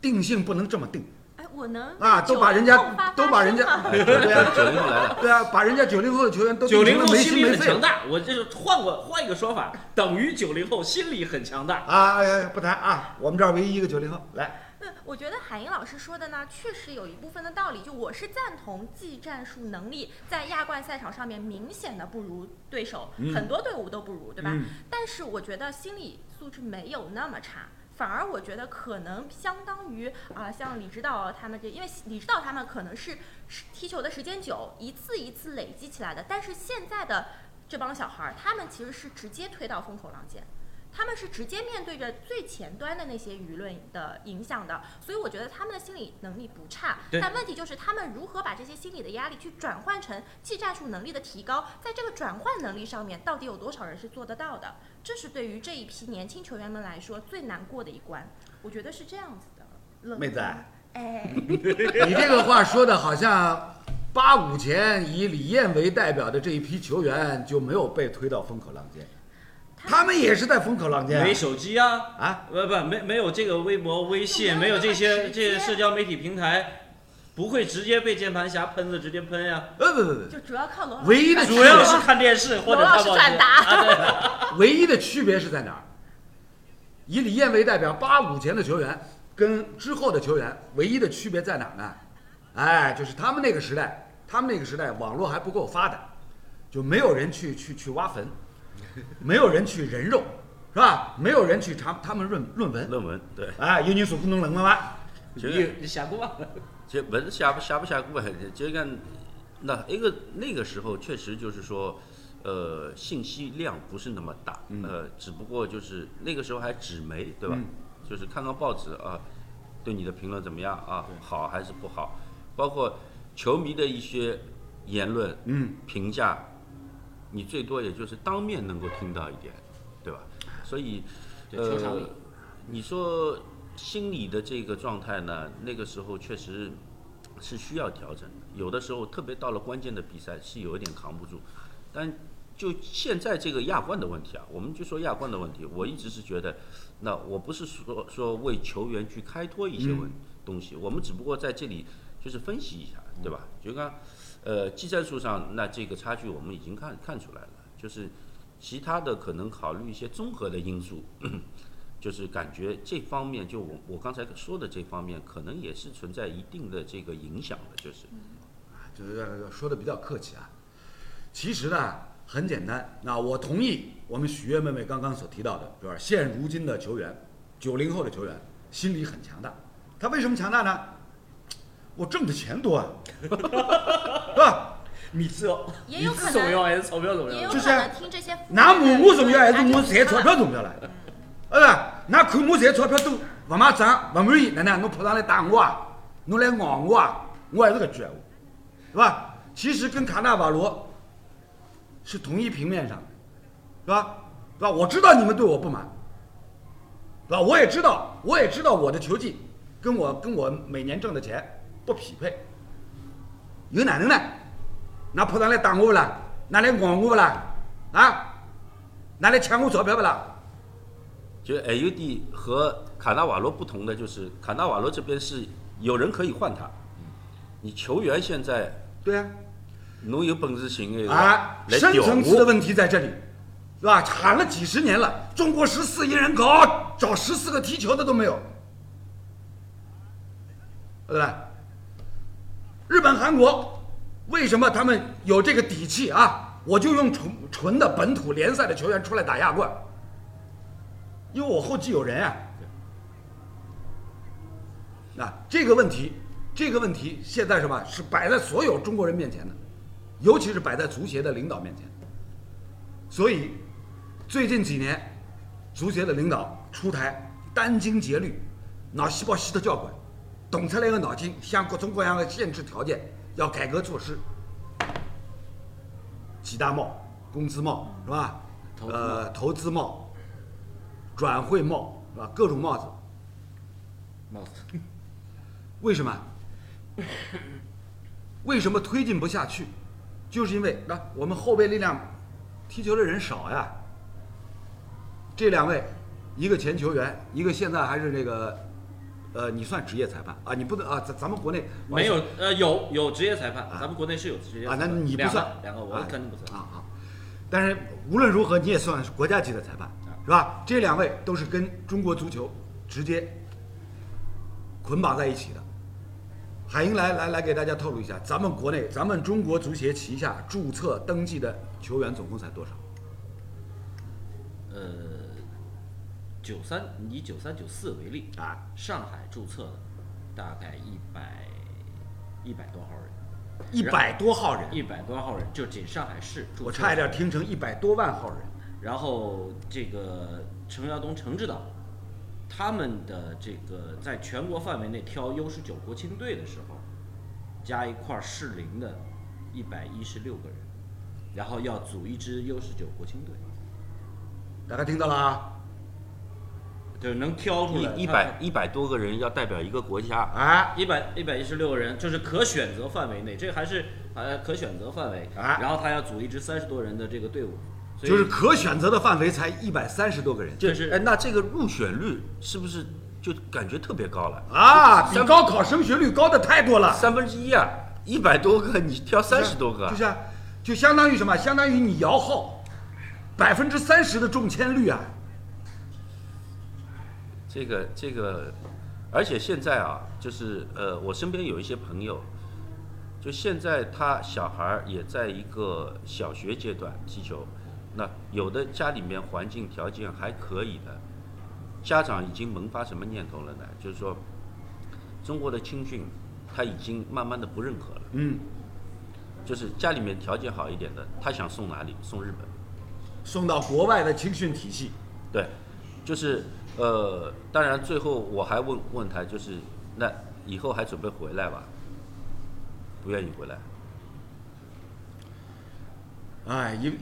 Speaker 1: 定性不能这么定
Speaker 2: 哎，我能
Speaker 1: 啊，都把人
Speaker 4: 九零后发
Speaker 1: 家
Speaker 4: 发
Speaker 1: 都把人家
Speaker 4: 声嘛
Speaker 1: 对啊
Speaker 5: 九零后来了，
Speaker 1: 对啊，把人家九零后的球员都
Speaker 3: 九
Speaker 1: 定
Speaker 3: 零
Speaker 1: 成了
Speaker 3: 后
Speaker 1: 没
Speaker 3: 心
Speaker 1: 心
Speaker 3: 理
Speaker 1: 没
Speaker 3: 很
Speaker 1: 肺
Speaker 3: 强大，我这是换个换一个说法，等于九零后心理很强大。
Speaker 1: 啊！哎哎不谈啊，我们这儿唯一一个九零后来，
Speaker 4: 那 我觉得海英老师说的呢，确实有一部分的道理。就我是赞同技战术能力在亚冠赛场上面明显的不如对手，很多队伍都不如，对吧？
Speaker 1: 嗯
Speaker 4: 但是我觉得心理素质没有那么差。反而我觉得可能相当于啊、像李指导他们这，因为李指导他们可能是是踢球的时间久，一次一次累积起来的。但是现在的这帮小孩儿，他们其实是直接推到风口浪尖，他们是直接面对着最前端的那些舆论的影响的，所以我觉得他们的心理能力不差，
Speaker 3: 对
Speaker 4: 但问题就是他们如何把这些心理的压力去转换成技战术能力的提高，在这个转换能力上面，到底有多少人是做得到的？这是对于这一批年轻球员们来说最难过的一关，我觉得是这样子的。冷
Speaker 1: 妹子啊
Speaker 4: 哎，
Speaker 1: 你这个话说的好像八五前以李艳为代表的这一批球员就没有被推到风口浪尖，他们也是在风口浪尖啊
Speaker 3: 没手机啊，
Speaker 1: 啊，
Speaker 3: 不不没没有这个微博、微信，没有这些这些社交媒体平台，不会直接被键盘侠喷 子直接喷呀、
Speaker 4: 啊
Speaker 1: 呃不不不
Speaker 4: 就主要 靠罗老师。
Speaker 1: 唯一的区
Speaker 3: 主
Speaker 1: 别
Speaker 3: 要是看电视或
Speaker 4: 罗
Speaker 3: 者
Speaker 4: 老
Speaker 3: 看
Speaker 4: 师
Speaker 3: 报
Speaker 4: 转
Speaker 3: 纸。啊
Speaker 4: 达，
Speaker 1: 唯一的区别是在哪儿？以李艳为代表，八五前的球员跟之后的球员唯一的区别在哪儿呢？哎，就是他们那个时代，他们那个时代网络还不够发达，就没有人去去去挖坟，没有人去人肉，是吧？没有人去查他们论论文。
Speaker 5: 论文对，
Speaker 1: 哎，有人所不能冷了吗？
Speaker 5: 这
Speaker 3: 你
Speaker 5: 个
Speaker 3: 有你想过吗？
Speaker 5: 就不是写不写不写过，就讲那一个那个时候确实就是说，呃，信息量不是那么大，呃，只不过就是那个时候还纸媒对吧？
Speaker 1: 嗯
Speaker 5: 就是看看报纸啊，对你的评论怎么样啊？好还是不好？包括球迷的一些言论、
Speaker 1: 嗯，
Speaker 5: 评价，你最多也就是当面能够听到一点，对吧？所以，
Speaker 3: 对球场里
Speaker 5: 呃，你说心理的这个状态呢，那个时候确实是需要调整的。有的时候，特别到了关键的比赛，是有一点扛不住。但就现在这个亚冠的问题啊，我们就说亚冠的问题，我一直是觉得，那我不是说说为球员去开脱一些
Speaker 3: 嗯
Speaker 5: 问东西，我们只不过在这里就是分析一下，对吧？就刚，呃，技战术上，那这个差距我们已经看看出来了，就是其他的可能考虑一些综合的因素，就是感觉这方面就我我刚才说的这方面，可能也是存在一定的这个影响的，就是。
Speaker 1: 就是说的比较客气啊。其实呢，很简单。那我同意我们许悦妹妹刚刚所提到的，就是现如今的球员，九零后的球员心理很强大。他为什么强大呢？我挣的钱多啊， 是吧？
Speaker 3: 米字哦，
Speaker 4: 也
Speaker 3: 米
Speaker 4: 有
Speaker 3: 字
Speaker 4: 可能
Speaker 3: 怎么样还是钞票怎么
Speaker 4: 也
Speaker 3: 样
Speaker 4: 有？
Speaker 1: 就
Speaker 4: 可
Speaker 1: 是啊
Speaker 4: 能听这些负面
Speaker 1: 拿
Speaker 4: 的
Speaker 1: 母母怎么样，还
Speaker 4: 舆
Speaker 1: 是
Speaker 4: 论
Speaker 1: 我
Speaker 4: 啊
Speaker 1: 赚钞票怎么样来？哎啦，拿看我赚钞票都勿买账，勿满意，哪能侬跑上来打我啊？侬来咬我啊？我还是搿句闲话，是吧？其实跟卡纳瓦罗是同一平面上的，是吧？是吧？我知道你们对我不满，是吧？我也知道，我也知道我的球技跟我跟我每年挣的钱不匹配，有哪能呢？那跑上来打我不啦？拿来咬我不啦？啊？拿来抢我钞票不啦？
Speaker 5: 就 AUD 和卡纳瓦罗不同的就是，卡纳瓦罗这边是有人可以换他，你球员现在
Speaker 1: 对呀、
Speaker 5: 侬有本事寻一个
Speaker 1: 啊，
Speaker 5: 来
Speaker 1: 深
Speaker 5: 屌
Speaker 1: 层次的
Speaker 5: 我，
Speaker 1: 问题在这里，是吧？喊了几十年了，中国十四亿人口，找十四个踢球的都没有，对不对？日本、韩国为什么他们有这个底气啊？我就用纯纯的本土联赛的球员出来打亚冠，因为我后继有人啊。啊，这个问题，这个问题现在是吧，是摆在所有中国人面前的，尤其是摆在足协的领导面前。所以，最近几年，足协的领导出台殚精竭虑，脑细胞细得交关，动出来个脑筋，想各种各样的限制条件，要改革措施。几大帽，工资帽是吧？
Speaker 3: 嗯投资帽
Speaker 1: 呃，投资帽、转会帽是吧？各种帽子。
Speaker 3: 帽子，
Speaker 1: 为什么？为什么推进不下去？就是因为那我们后备力量踢球的人少呀。这两位，一个前球员，一个现在还是那个，呃，你算职业裁判啊？你不能啊，咱咱们国内
Speaker 3: 没有呃有有职业裁判，咱们国内是有职业
Speaker 1: 啊
Speaker 3: 裁，
Speaker 1: 那
Speaker 3: 判的，
Speaker 1: 你不
Speaker 3: 两个
Speaker 1: 算
Speaker 3: 两个，我
Speaker 1: 啊
Speaker 3: 肯定不算。
Speaker 1: 啊好，但是无论如何，你也算是国家级的裁判，
Speaker 3: 啊
Speaker 1: 是吧？这两位都是跟中国足球直接捆绑在一起的。海英来来来，给大家透露一下，咱们国内咱们中国足协旗下注册登记的球员总共才多少？
Speaker 3: 呃，九三以九三九四为例
Speaker 1: 啊，
Speaker 3: 上海注册的大概一百一百多号人，
Speaker 1: 一百多号人，
Speaker 3: 一百多号人就仅上海市注册。
Speaker 1: 我差一点。听成一百多万号人。
Speaker 3: 然后这个程耀东、程指导，他们的这个在全国范围内挑 U 十九国青队的时候，加一块儿适龄的，一百一十六个人，然后要组一支 U 十九国青队，
Speaker 1: 大家听到了啊？
Speaker 3: 就是能挑出来
Speaker 5: 一一百一百多个人要代表一个国家，
Speaker 1: 啊，
Speaker 3: 一百一百一十六个人，就是可选择范围内，这还是呃可选择范围。
Speaker 1: 啊
Speaker 3: 然后他要组一支三十多人的这个队伍，所以
Speaker 1: 就是可选择的范围才一百三十多个人
Speaker 3: 就
Speaker 5: 哎，
Speaker 3: 是
Speaker 5: 那这个入选率是不是就感觉特别高了？
Speaker 1: 啊，比高考升学率高的太多了。
Speaker 5: 三分之一啊，一百多个你挑三十多个啊
Speaker 1: 就，是就相当于什么？相当于你摇号，百分之三十的中签率啊！
Speaker 5: 这个这个，而且现在啊，就是呃，我身边有一些朋友，就现在他小孩儿也在一个小学阶段踢球，那有的家里面环境条件还可以的，家长已经萌发什么念头了呢？就是说，中国的青训，他已经慢慢的不认可了。
Speaker 1: 嗯，
Speaker 5: 就是家里面条件好一点的，他想送哪里？送日本。
Speaker 1: 送到国外的青训体系，
Speaker 5: 对，就是呃，当然最后我还问问他，就是那以后还准备回来吧？不愿意回来。
Speaker 1: 哎，一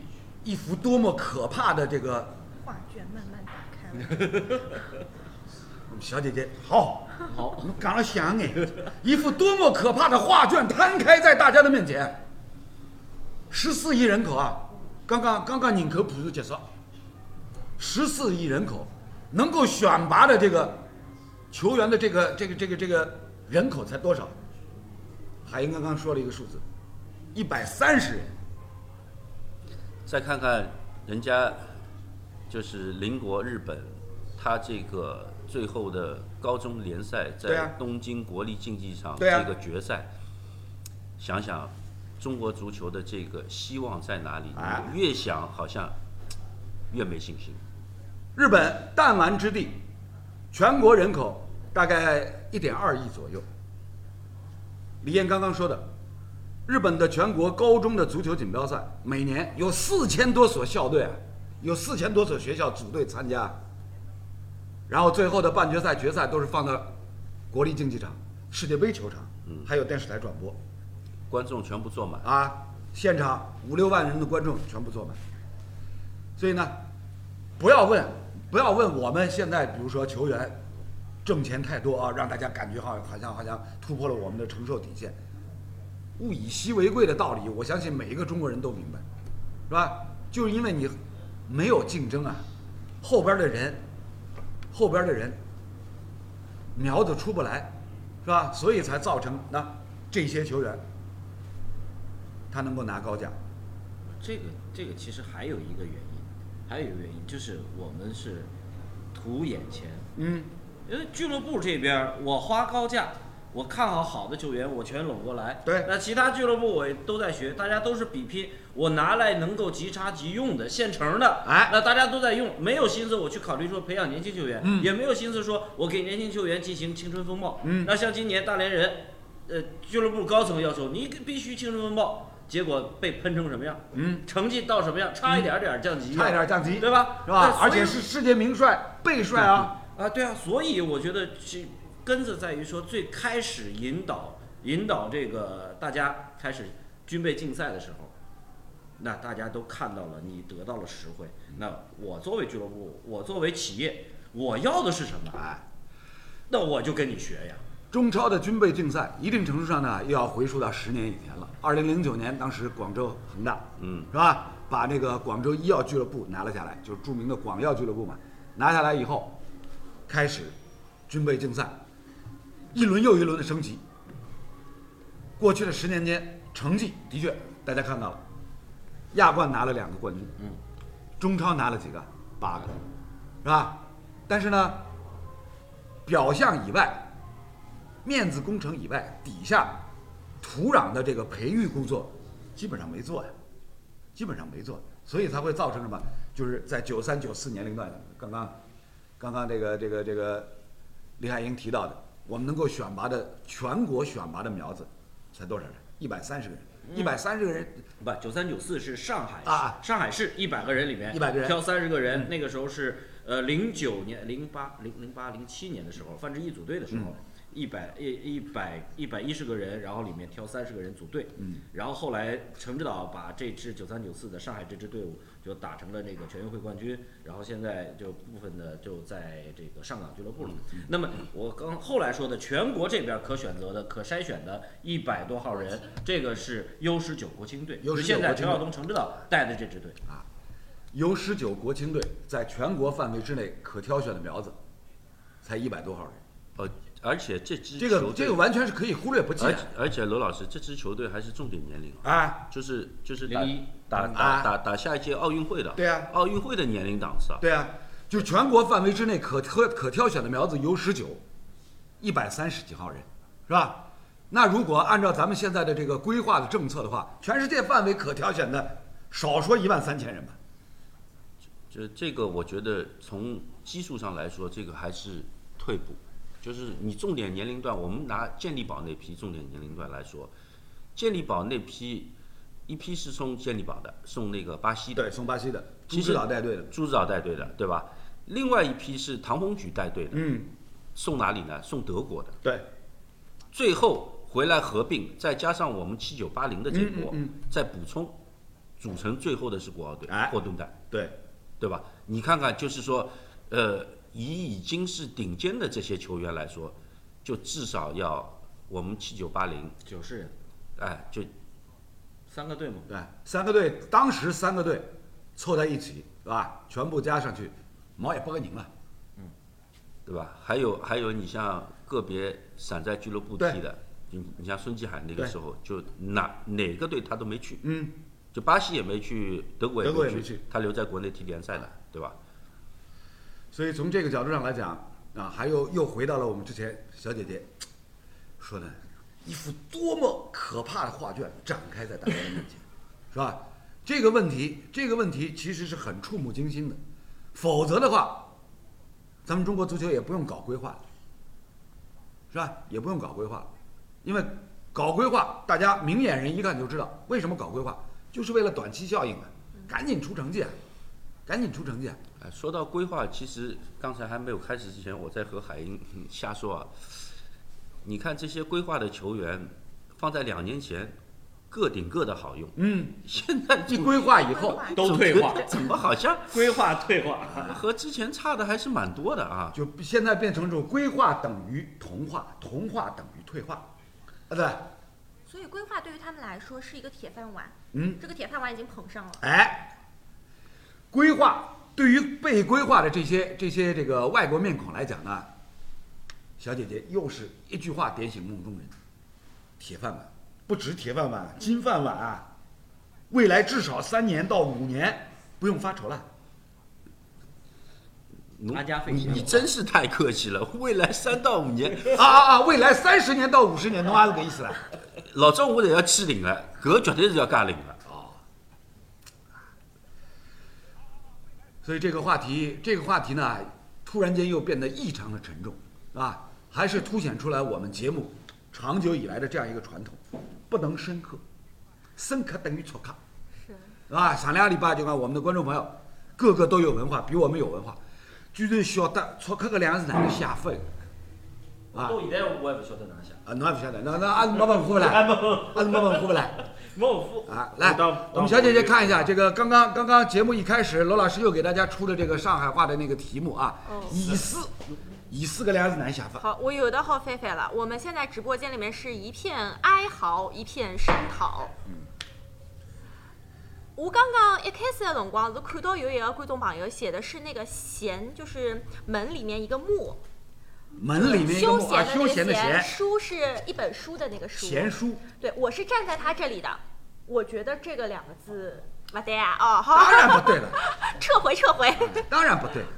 Speaker 1: 一幅多么可怕的这个
Speaker 2: 画卷慢慢打开了，
Speaker 1: 小姐姐好，
Speaker 3: 好
Speaker 1: 我们讲了想哎，一幅多么可怕的画卷摊开在大家的面前。十四亿人口啊，刚刚刚刚人口普查结束，十四亿人口，能够选拔的这个球员的这个这个这个这个人口才多少？海英刚刚说了一个数字，一百三十人。
Speaker 5: 再看看人家就是邻国日本，他这个最后的高中联赛
Speaker 1: 对
Speaker 5: 在
Speaker 1: 啊
Speaker 5: 东京国立竞技场
Speaker 1: 对啊
Speaker 5: 这个决赛，想想中国足球的这个希望在哪里？
Speaker 1: 哎
Speaker 5: 你越想好像越没信心。
Speaker 1: 日本弹丸之地，全国人口大概一点二亿左右。李艳刚刚说的，日本的全国高中的足球锦标赛，每年有四千多所校队啊，有四千多所学校组队参加，然后最后的半决赛、决赛都是放到国立竞技场、世界杯球场，还有电视台转播
Speaker 5: 观众全部坐满，
Speaker 1: 啊，现场五六万人的观众全部坐满。所以呢，不要问，不要问我们现在，比如说球员挣钱太多啊，让大家感觉好像好像好像突破了我们的承受底线。物以稀为贵的道理，我相信每一个中国人都明白，是吧？就是因为你没有竞争啊，后边的人，后边的人苗子出不来，是吧？所以才造成那这些球员他能够拿高价。
Speaker 3: 这个这个其实还有一个原因，还有一个原因就是我们是图眼前，
Speaker 1: 嗯，
Speaker 3: 因为俱乐部这边儿我花高价，我看好好的球员，我全拢过来。
Speaker 1: 对
Speaker 3: 那其他俱乐部我也都在学，大家都是比拼，我拿来能够即插即用的现成的。
Speaker 1: 哎
Speaker 3: 那大家都在用，没有心思我去考虑说培养年轻球员，
Speaker 1: 嗯
Speaker 3: 也没有心思说我给年轻球员进行青春风暴。
Speaker 1: 嗯
Speaker 3: 那像今年大连人，呃，俱乐部高层要求你必须青春风暴，结果被喷成什么样？
Speaker 1: 嗯，
Speaker 3: 成绩到什么样？差一点点儿降级、
Speaker 1: 差一点降级，
Speaker 3: 对吧？
Speaker 1: 是吧
Speaker 3: 那？所以
Speaker 1: 而且是世界名帅贝帅啊，
Speaker 3: 啊，对啊，所以我觉得其根子在于说，最开始引导引导这个大家开始军备竞赛的时候，那大家都看到了你得到了实惠。
Speaker 1: 嗯
Speaker 3: 那我作为俱乐部，我作为企业，我要的是什么？
Speaker 1: 哎，
Speaker 3: 那我就跟你学呀。
Speaker 1: 中超的军备竞赛，一定程度上呢，又要回溯到十年以前了。二零零九年，当时广州恒大，
Speaker 5: 嗯，
Speaker 1: 是吧？把那个广州医药俱乐部拿了下来，就是著名的广药俱乐部嘛。拿下来以后，开始军备竞赛，一轮又一轮的升级。过去的十年间，成绩的确大家看到了，亚冠拿了两个冠军，
Speaker 3: 嗯，
Speaker 1: 中超拿了几个？八个，是吧？但是呢，表象以外，面子工程以外，底下土壤的这个培育工作基本上没做呀、基本上没做，所以才会造成什么？就是在九三九四年龄段，刚刚刚刚这个这个这个李海英提到的，我们能够选拔的全国选拔的苗子才多少人？一百三十个人，一百三十个人，
Speaker 3: 不，九三九四是上海市
Speaker 1: 啊
Speaker 3: 上海市一百个人里面，
Speaker 1: 100个人嗯
Speaker 3: 挑三十个人，那个时候是呃零九年、零八、零零八、零七年的时候，范志毅组队的时
Speaker 1: 嗯
Speaker 3: 候，一百一一百一百一十个人，然后里面挑三十个人组队，
Speaker 1: 嗯，
Speaker 3: 然后后来陈指导把这支九三九四的上海这支队伍就打成了那个全运会冠军，然后现在就部分的就在这个上港俱乐部了。那么我刚后来说的全国这边可选择的、可筛选的一百多号人，这个是 U 十九国青队，
Speaker 1: U19
Speaker 3: 就现在
Speaker 1: 国青
Speaker 3: 陈
Speaker 1: 队
Speaker 3: 晓东、陈指导带的这支队。
Speaker 1: 由十九国青队在全国范围之内可挑选的苗子才一百多号人，
Speaker 5: 呃，而且这支
Speaker 1: 这个
Speaker 5: 球队
Speaker 1: 这个完全是可以忽略不计
Speaker 5: 而
Speaker 1: 的
Speaker 5: 且。而且罗老师，这支球队还是重点年龄啊，
Speaker 1: 啊，
Speaker 5: 就是就是打
Speaker 3: 01
Speaker 5: 打
Speaker 1: 啊
Speaker 5: 打打打下一届奥运会的，
Speaker 1: 对啊
Speaker 5: 奥运会的年龄档次啊，
Speaker 1: 对啊，就全国范围之内可挑可挑选的苗子有十九，一百三十几号人，是吧？那如果按照咱们现在的这个规划的政策的话，全世界范围可挑选的少说一万三千人吧。
Speaker 5: 就这个我觉得从基数上来说，这个还是退步，就是你重点年龄段，我们拿健力宝那批重点年龄段来说，健力宝那批一批是送健力宝的，送那个巴西的，
Speaker 1: 对，送巴西的
Speaker 5: 其
Speaker 1: 朱
Speaker 5: 实
Speaker 1: 指导带队的，
Speaker 5: 朱指导带队的，对吧？另外一批是唐红举带队的，
Speaker 1: 嗯，
Speaker 5: 送哪里呢？送德国的。
Speaker 1: 对，
Speaker 5: 最后回来合并，再加上我们七九八零的这波，
Speaker 1: 嗯嗯
Speaker 5: 再补充，组成最后的是国奥队
Speaker 1: 哎，
Speaker 5: 霍顿带，
Speaker 1: 对，
Speaker 5: 对吧？你看看，就是说，呃，以已经是顶尖的这些球员来说，就至少要我们七九八零，
Speaker 3: 九十人，
Speaker 5: 哎，就
Speaker 3: 三个队嘛，
Speaker 1: 对，三个队当时三个队凑在一起，是吧？全部加上去，毛也不会赢了。
Speaker 5: 对吧？还有还有，你像个别散在俱乐部踢
Speaker 1: 对
Speaker 5: 的，你你像孙继海那
Speaker 1: 对
Speaker 5: 个时候，就哪哪个队他都没去，
Speaker 1: 嗯，
Speaker 5: 就巴西也没去，德国
Speaker 1: 德国也
Speaker 5: 没
Speaker 1: 没去
Speaker 5: 他留在国内踢联赛的，对吧？
Speaker 1: 所以从这个角度上来讲，啊，还有又回到了我们之前小姐姐说的一幅多么可怕的画卷展开在大家的面前，是吧？这个问题，这个问题其实是很触目惊心的，否则的话，咱们中国足球也不用搞规划了，是吧？也不用搞规划了，因为搞规划，大家明眼人一看就知道，为什么搞规划，就是为了短期效应啊，赶紧出成绩啊，赶紧出成绩啊，
Speaker 5: 啊，说到规划，其实刚才还没有开始之前，我在和海英瞎说啊。你看这些规划的球员，放在两年前，个顶个的好用，
Speaker 1: 嗯。
Speaker 5: 现在
Speaker 1: 一
Speaker 5: 就
Speaker 1: 规划以后
Speaker 3: 都退化，
Speaker 5: 怎么好像
Speaker 3: 规划退化，
Speaker 5: 和之前差的还是蛮多 的啊？
Speaker 1: 就现在变成这种规划等于同化，同化等于退化，啊对，
Speaker 4: 所以规划对于他们来说是一个铁饭碗，
Speaker 1: 嗯，
Speaker 4: 这个铁饭碗已经捧上了。
Speaker 1: 哎，规划对于被规划的这些这些这个外国面孔来讲呢，小姐姐又是一句话点醒梦中人，铁饭碗，不止铁饭碗，金饭碗啊，未来至少三年到五年不用发愁了。
Speaker 5: 奴
Speaker 3: 阿加菲
Speaker 5: 你
Speaker 3: 尼亚
Speaker 5: 你真是太客气了。未来三到五年，
Speaker 1: 啊啊啊！未来三十年到五十年，侬阿是搿意思啦？
Speaker 5: 老早我侪要去领了，搿绝对是要加领了。
Speaker 1: 所以这个话题，这个话题呢，突然间又变得异常的沉重，啊，还是凸显出来我们节目长久以来的这样一个传统，不能深刻，深刻等于错刻，
Speaker 4: 是，
Speaker 1: 啊，上两个礼拜就讲我们的观众朋友，个个都有文化，比我们有文化，居然晓得错刻搿两个字哪能写法的，啊
Speaker 3: 到现在我也不晓得哪能想。
Speaker 1: 啊，侬也不晓得，那那阿是没文化不啦？阿是没文化不啦？
Speaker 3: 我夫
Speaker 1: 啊，来，我们小姐姐看一下这个刚刚刚刚节目一开始，罗老师又给大家出了这个上海话的那个题目啊
Speaker 4: 哦，
Speaker 1: 以四，以四个两个字难写法。
Speaker 4: 好，我有的好菲菲了。我们现在直播间里面是一片哀嚎，一片声讨。我嗯刚刚一开始的辰光是看到有一个观众朋友写的是那个“闲”，就是门里面一个木，
Speaker 1: 门里面一个
Speaker 4: 休
Speaker 1: 木啊，
Speaker 4: 闲的
Speaker 1: 休闲的
Speaker 4: 那个闲，
Speaker 1: 闲，
Speaker 4: 书是一本书的那个书。
Speaker 1: 闲书。
Speaker 4: 对，我是站在他这里的，我觉得这个两个字不对啊，哦，好，
Speaker 1: 当然不对了，
Speaker 4: 撤回撤回。
Speaker 1: 当然不 对了。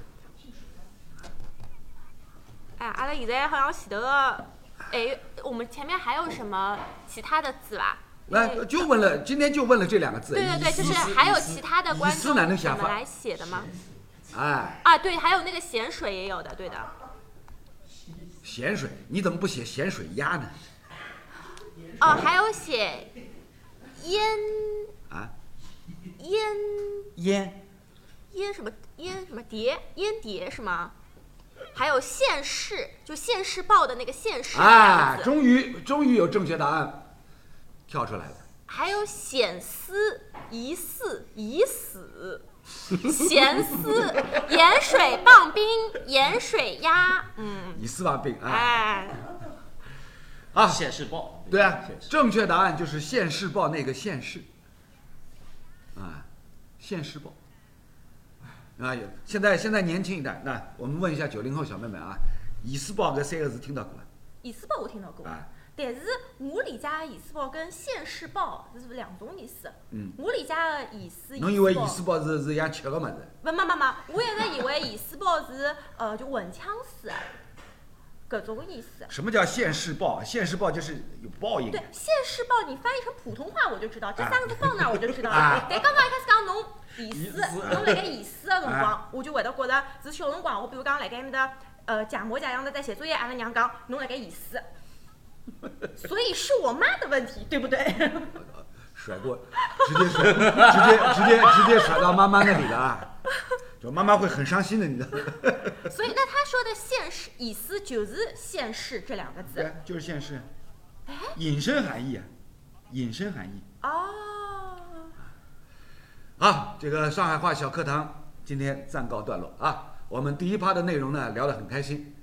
Speaker 4: 哎，阿拉现在好像前头个，哎，我们前面还有什么其他的字吧？因
Speaker 1: 来，
Speaker 4: 为
Speaker 1: 就问了，今天就问了这两个字。
Speaker 4: 对对对，
Speaker 1: 以
Speaker 4: 就
Speaker 1: 四
Speaker 4: 是还有其他的
Speaker 1: 以
Speaker 4: 观
Speaker 1: 斯
Speaker 4: 众
Speaker 1: 哪能
Speaker 4: 怎
Speaker 1: 想
Speaker 4: 么
Speaker 1: 法
Speaker 4: 来写的吗？
Speaker 1: 哎，
Speaker 4: 啊，对，还有那个咸水也有的，对的。
Speaker 1: 咸水，你怎么不写咸水鸭呢？
Speaker 4: 哦，还有写烟
Speaker 1: 啊，
Speaker 4: 烟
Speaker 1: 烟，
Speaker 4: 烟什么烟什么碟烟碟是吗？还有现世，就现世报的那个现世
Speaker 1: 哎，
Speaker 4: 这个字
Speaker 1: 终于终于有正确答案跳出来了。
Speaker 4: 还有显思、疑似、已死、咸思、盐水棒冰、盐水鸭，嗯，
Speaker 1: 以四把饼啊
Speaker 4: 哎，
Speaker 1: 啊，
Speaker 3: 现世报，
Speaker 1: 对啊
Speaker 3: 现，世
Speaker 1: 正确答案就是《现世报》那个现世，啊，《现世报》啊，有现在现在年轻一代，那我们问一下九零后小妹妹啊，《以斯报》搿三个字听到过吗？
Speaker 4: 已死报我听到过
Speaker 1: 啊，
Speaker 4: 但是我理解的已死报跟现世报这是两种意思。
Speaker 1: 嗯，
Speaker 4: 我理解的已死，
Speaker 1: 侬以为《
Speaker 4: 已
Speaker 1: 以斯
Speaker 4: 死报？
Speaker 1: 报》是是一样吃个物事？
Speaker 4: 不没没没，我一直以为已死报是呃就文腔死，搿种意思。
Speaker 1: 什么叫《现世报》？《现世报》就是有报应
Speaker 4: 对，现世报你翻译成普通话我就知道，这三个字放那儿我就知道
Speaker 1: 啊
Speaker 4: 了。但刚刚一开始讲侬意
Speaker 3: 意思
Speaker 4: 思，侬辣盖意思的辰光，我就会得觉着是小辰光，我比如讲辣盖埃面搭，呃，假模假样的在写作业，阿拉娘讲侬辣盖意思，所以是我妈的问题，对不对？
Speaker 1: 甩过，直接甩， 直接直接直接甩到妈妈那里了啊！就妈妈会很伤心的，你知道吗？
Speaker 4: 所以那他说的现世意思就是现世这两个
Speaker 1: 对
Speaker 4: 字
Speaker 1: 啊，就是现世，
Speaker 4: 哎
Speaker 1: 引申含义啊，引申含义。
Speaker 4: 哦。
Speaker 1: 好，这啊个上海话小课堂今天暂告段落啊。我们第一趴的内容呢聊得很开心，